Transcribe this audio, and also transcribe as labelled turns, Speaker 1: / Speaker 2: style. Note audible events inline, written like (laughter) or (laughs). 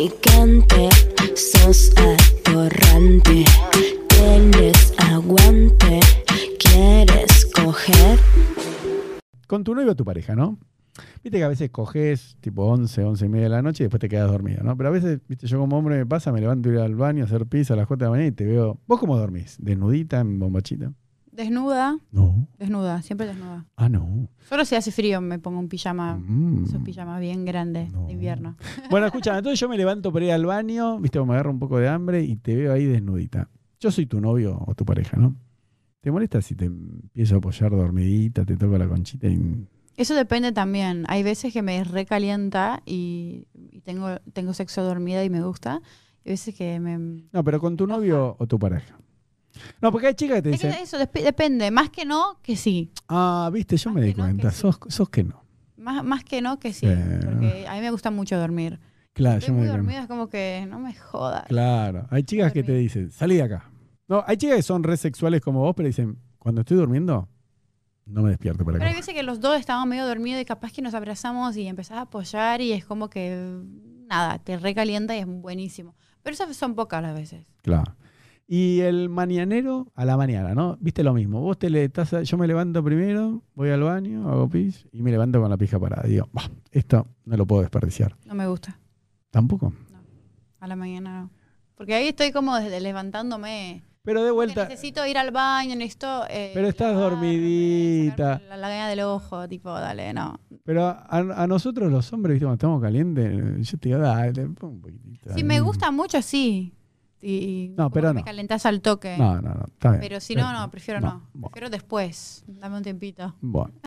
Speaker 1: atorrante, sos atorrante. Tienes aguante, quieres coger.
Speaker 2: Con tu novio o tu pareja, ¿no? Viste que a veces coges tipo 11, 11 y media de la noche y después te quedas dormido, ¿no? Pero a veces, viste, yo como hombre me pasa, me levanto a ir al baño, a hacer pis a las 4 de la mañana y te veo. ¿Vos cómo dormís? ¿Desnudita, en bombachita?
Speaker 3: Desnuda,
Speaker 2: No.
Speaker 3: desnuda, siempre desnuda.
Speaker 2: Ah, no.
Speaker 3: Solo si hace frío me pongo un Ah, pijama,
Speaker 2: Mm.
Speaker 3: esos pijamas bien grandes
Speaker 2: No.
Speaker 3: de invierno.
Speaker 2: (laughs) Bueno, escúchame, entonces yo me levanto para ir al baño, viste, me agarro un poco de hambre y te veo ahí desnudita. Yo soy tu novio o tu pareja, ¿no? ¿Te molesta si te empiezo a apoyar dormidita, te toco la conchita y...
Speaker 3: Eso depende también. Hay veces que me recalienta y, y tengo, tengo sexo dormida y me gusta. Y veces que me...
Speaker 2: No, pero con tu novio o tu pareja. No, porque hay chicas que te
Speaker 3: Es que
Speaker 2: dicen,
Speaker 3: eso despe- depende, más que no, que sí.
Speaker 2: ah, viste, yo
Speaker 3: Más
Speaker 2: me di
Speaker 3: que no, que
Speaker 2: cuenta,
Speaker 3: sí.
Speaker 2: sos, sos que no.
Speaker 3: Más, más que no, que sí.
Speaker 2: Sí.
Speaker 3: Porque a mí me gusta mucho dormir.
Speaker 2: Claro,
Speaker 3: Estoy
Speaker 2: yo me
Speaker 3: muy
Speaker 2: di cuenta.
Speaker 3: dormida, es como que no me jodas.
Speaker 2: Claro, hay chicas que te
Speaker 3: dormida.
Speaker 2: dicen, salí de acá. No, hay chicas que son re sexuales como vos, pero dicen, cuando estoy durmiendo, no me despierto para
Speaker 3: Pero hay
Speaker 2: acá.
Speaker 3: veces que los dos estábamos medio dormidos y capaz que nos abrazamos y empezás a apoyar y es como que nada, te recalienta y es buenísimo. Pero esas son pocas las veces.
Speaker 2: Claro. Y el mañanero a la mañana, ¿no? Viste lo mismo. Vos te le estás a- yo me levanto primero, voy al baño, hago pis y me levanto con la pija parada. Digo, "Bah, esto no lo puedo desperdiciar.
Speaker 3: No me gusta.
Speaker 2: Tampoco.
Speaker 3: A la mañana no. Porque ahí estoy como desde levantándome.
Speaker 2: Pero de
Speaker 3: Porque
Speaker 2: vuelta,
Speaker 3: necesito ir al baño, necesito. eh,
Speaker 2: Pero estás
Speaker 3: lavarme,
Speaker 2: dormidita.
Speaker 3: sacarme La lagaña del ojo, tipo, dale, no.
Speaker 2: pero a, a nosotros los hombres, viste, cuando estamos calientes, yo te digo, dale, pon un poquitito.
Speaker 3: Si me gusta mucho, sí. Y
Speaker 2: No,
Speaker 3: como
Speaker 2: pero
Speaker 3: que
Speaker 2: no.
Speaker 3: Me calentás al toque.
Speaker 2: No, Eh, no, no, está bien.
Speaker 3: Pero si no, no, prefiero no.
Speaker 2: Bueno,
Speaker 3: Prefiero después. Dame un tiempito.
Speaker 2: bueno.